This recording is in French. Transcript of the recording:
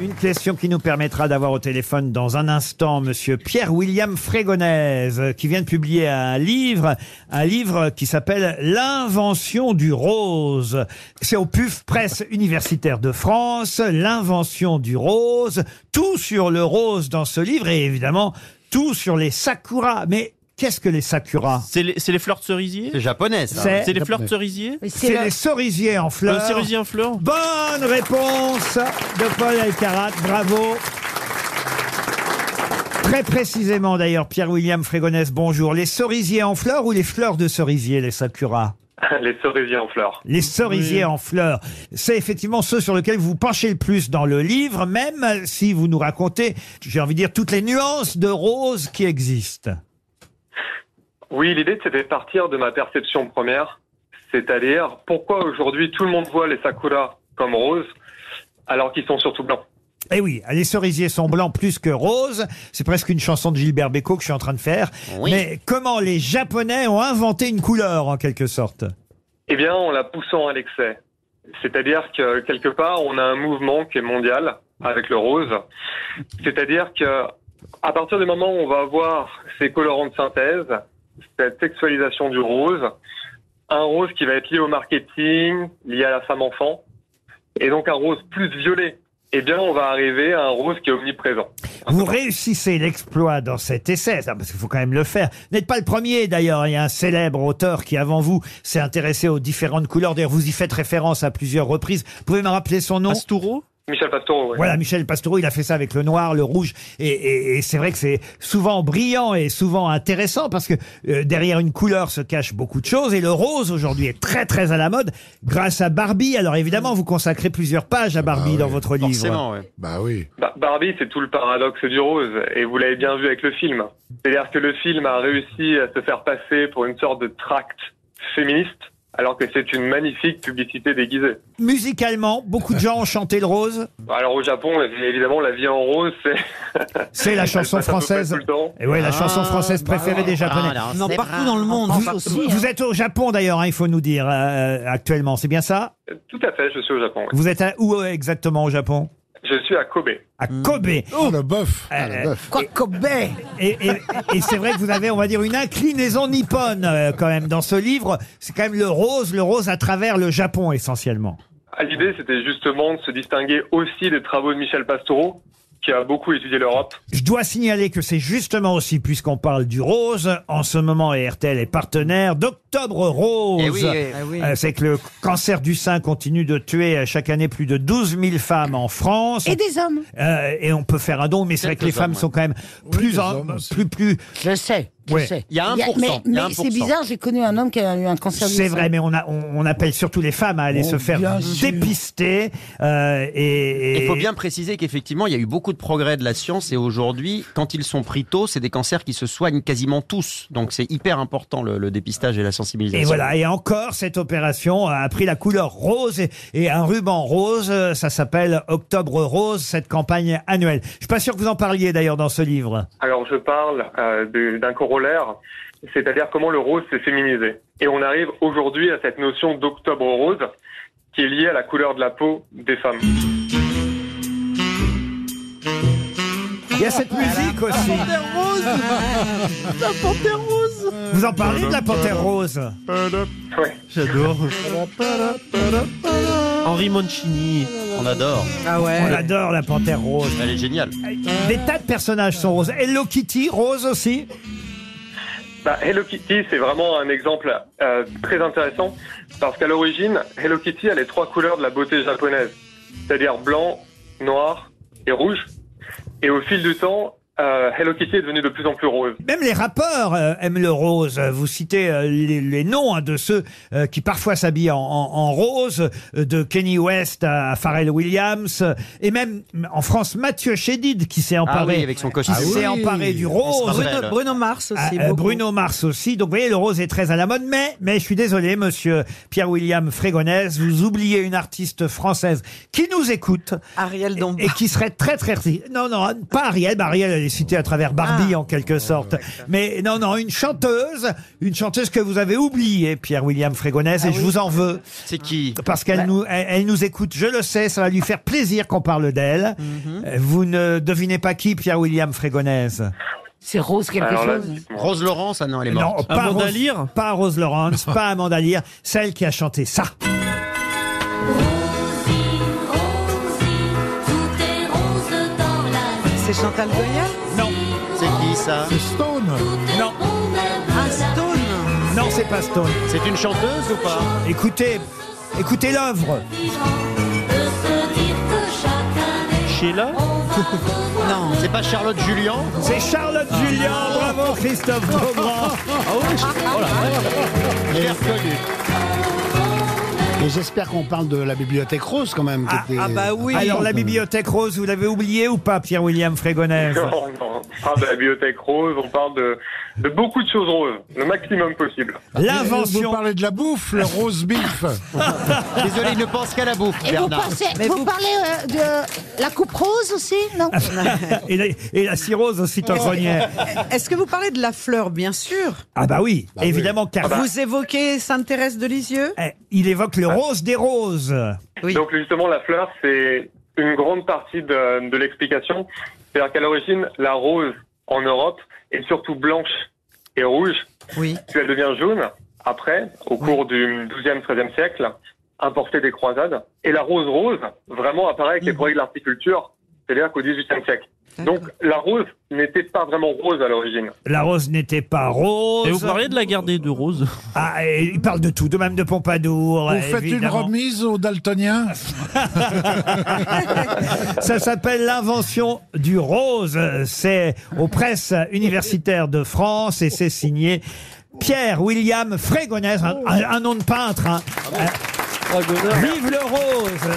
Une question qui nous permettra d'avoir au téléphone dans un instant Monsieur Pierre-William Frégonèse, euh, qui vient de publier un livre, un livre qui s'appelle L'invention du rose. C'est au PUF Presse Universitaire de France, L'invention du rose, tout sur le rose dans ce livre et évidemment tout sur les sakuras. Mais qu'est-ce que les sakuras C'est les, c'est les fleurs de cerisier C'est japonais, ça. Ah, C'est- C'est les fleurs de cerisier C'est les cerisiers en fleurs. Le cerisier en fleurs Bonne réponse de Paul Alcarat, bravo. Très précisément d'ailleurs, Pierre-William Frégonès, bonjour. Les cerisiers en fleurs ou les fleurs de cerisier, les sakura Les cerisiers en fleurs. Les cerisiers Oui. en fleurs, c'est effectivement ceux sur lesquels vous vous penchez le plus dans le livre, même si vous nous racontez, j'ai envie de dire, toutes les nuances de rose qui existent. Oui, l'idée c'était de partir de ma perception première, c'est-à-dire pourquoi aujourd'hui tout le monde voit les sakuras comme roses alors qu'ils sont surtout blancs. Eh oui, les cerisiers sont blancs plus que roses. C'est presque une chanson de Gilbert Bécaud que je suis en train de faire. hein. Oui. Mais comment les Japonais ont inventé une couleur, en quelque sorte Eh bien, en la poussant à l'excès. C'est-à-dire que quelque part, on a un mouvement qui est mondial avec le rose. C'est-à-dire que à partir du moment où on va avoir ces colorants de synthèse, cette sexualisation du rose, un rose qui va être lié au marketing, lié à la femme-enfant, et donc un rose plus violet, eh bien, on va arriver à un rose qui est omniprésent. Vous réussissez l'exploit dans cet essai, ça, parce qu'il faut quand même le faire. Vous n'êtes pas le premier, d'ailleurs. Il y a un célèbre auteur qui, avant vous, s'est intéressé aux différentes couleurs. D'ailleurs, vous y faites référence à plusieurs reprises. Vous pouvez me rappeler son nom Astouro Michel Pastoureau, oui. Voilà, Michel Pastoureau, il a fait ça avec le noir, le rouge, et, et- et c'est vrai que c'est souvent brillant et souvent intéressant parce que euh, derrière une couleur se cache beaucoup de choses. Et le rose aujourd'hui est très très à la mode grâce à Barbie. Alors évidemment, vous consacrez plusieurs pages Bah à Barbie Ah dans oui, votre livre. Forcément, ouais. Bah oui. Ba- Barbie, c'est tout le paradoxe du rose, et vous l'avez bien vu avec le film. C'est-à-dire que le film a réussi à se faire passer pour une sorte de tract féministe, alors que c'est une magnifique publicité déguisée. Musicalement, beaucoup de gens ont chanté le rose. Alors au Japon, évidemment, la vie en rose, c'est C'est la chanson elle passe à peu près française. tout le temps. Et ouais, la Ah, chanson française bah préférée oui. des Japonais. Ah, alors, Non, c'est partout vrai. dans le monde. Vous, partout. aussi, hein. Vous êtes au Japon d'ailleurs, hein, il faut nous dire euh, actuellement, c'est bien ça Tout à fait, je suis au Japon. oui. Vous êtes à- où euh, exactement au Japon Je suis à Kobe. À Kobe. Oh, le bœuf. Ah, Euh, le bœuf. Quoi, Kobe Et, et- et c'est vrai que vous avez, on va dire, une inclinaison nippone euh, quand même dans ce livre. C'est quand même le rose, le rose à travers le Japon essentiellement. Ah, L'idée, c'était justement de se distinguer aussi des travaux de Michel Pastoureau, qui a beaucoup étudié l'Europe. Je dois signaler que c'est justement aussi, puisqu'on parle du rose, en ce moment, et RTL est partenaire d'Octobre Rose. Eh oui, eh. Ah oui. Euh, c'est que le cancer du sein continue de tuer euh, chaque année plus de 12 000 femmes en France. Et des hommes. Euh, et on peut faire un don, mais c'est vrai que les Quelques femmes hommes, sont quand même plus, les en- hommes aussi. plus, plus, Je sais. Je Ouais. sais. Il y a 1%, mais il y a 1%. mais c'est bizarre, j'ai connu un homme qui a eu un cancer du C'est sein. vrai, mais on, a, on, on appelle surtout les femmes à aller Oh, se faire bien sûr. dépister. euh, et, et- Il faut bien préciser qu'effectivement, il y a eu beaucoup de progrès de la science et aujourd'hui, quand ils sont pris tôt, c'est des cancers qui se soignent quasiment tous. Donc c'est hyper important le, le dépistage et la sensibilisation. Et voilà, et encore, cette opération a pris la couleur rose et, et un ruban rose, euh, ça s'appelle Octobre Rose, cette campagne annuelle. Je suis pas sûr que vous en parliez d'ailleurs dans ce livre. Alors je parle euh, de- d'un corollaire, c'est-à-dire comment le rose s'est féminisé. Et on arrive aujourd'hui à cette notion d'octobre rose qui est liée à la couleur de la peau des femmes. Il y a cette musique aussi. Vous en parlez de la panthère rose Ouais. J'adore. Henri Mancini. On adore. Ah ouais. On adore la panthère rose. Elle est géniale. Des tas de personnages sont roses. Hello Kitty, rose aussi. Bah, Hello Kitty, c'est vraiment un exemple euh, très intéressant parce qu'à l'origine, Hello Kitty a les trois couleurs de la beauté japonaise, c'est-à-dire blanc, noir et rouge. Et au fil du temps, euh, Hello Kitty est devenue de plus en plus rose. Même les rappeurs euh, aiment le rose. Vous citez euh, les, les noms hein, de ceux euh, qui parfois s'habillent en, en- en rose, euh, de Kenny West à Pharrell Williams, euh, et même m- en France Mathieu Chédid qui s'est Ah oui, emparé, avec son Ah cochon. qui s'est emparé du rose. Bruno- Bruno- Mars Ah, euh, Bruno Mars aussi. Donc, vous voyez, le rose est très à la mode. Mais, mais je suis désolé, monsieur Pierre-William Frégonès, vous oubliez une artiste française qui nous écoute Ariel et qui serait très, très... Non, non, pas Ariel. bah, Ariel, elle est les citer à travers Barbie en quelque sorte. Mais non, non, une chanteuse, une chanteuse que vous avez oubliée, Pierre-William Frégonès, et je vous en veux. C'est qui Parce qu'elle nous, elle, elle nous écoute, je le sais, ça va lui faire plaisir qu'on parle d'elle. Euh, Vous ne devinez pas qui, Pierre-William Frégonès C'est rose quelque Alors là, chose. dites-moi. Rose Laurence, ah non, elle est morte. pas Amanda Rose, Lear pas Rose Laurence, pas Amanda Lear, celle qui a chanté ça. Rosie, Rosie, tout est rose dans la vie. C'est Chantal Goya Non, C'est qui ça non, Ah, Stone non, c'est pas Stone. C'est une chanteuse ou pas Écoutez, écoutez l'œuvre. De se dire que chaque année, Sheila on va revoir Non. C'est pas Charlotte Julien C'est Charlotte Julien, bravo Christophe Beaugrand. Je l'ai reconnue. Et j'espère qu'on parle de la bibliothèque rose quand même. qui Ah, était- Ah bah oui Alors la bibliothèque rose, vous l'avez oublié ou pas, Pierre-William Frégonès Non, non. On parle de la bibliothèque rose, on parle de, de beaucoup de choses roses, le maximum possible. L'invention. Vous parlez de la bouffe, le rose beef. Désolé, il ne pense qu'à la bouffe, Et vous, Bernard. pensez, Mais vous, vous- parlez euh, de la coupe rose aussi Non Ah, et, la, et la cirrhose aussi, Togrenier. Est-ce que vous parlez de la fleur, bien sûr Ah bah oui, évidemment, Ah car bah. vous- Vous évoquez Sainte-Thérèse de Lisieux eh, il évoque le rose des roses. Oui. Donc justement, la fleur, c'est une grande partie de, de l'explication. C'est-à-dire qu'à l'origine, la rose en Europe est surtout blanche et rouge, Oui. puis elle devient jaune. Après, au cours du 12e, 13e siècle, importée des croisades. Et la rose rose, vraiment apparaît avec les progrès de l'horticulture, c'est-à-dire qu'au 18e siècle. Donc la rose n'était pas vraiment rose à l'origine. La rose n'était pas rose. Et vous parlez de la guerre des deux roses Ah, et il parle de tout, de même de Pompadour. Vous faites une évidemment. remise aux daltoniens Ça s'appelle l'invention du rose. C'est aux presses universitaires de France et c'est signé Pierre William Frégonès, un, un- un nom de peintre. hein. Euh, Vive le rose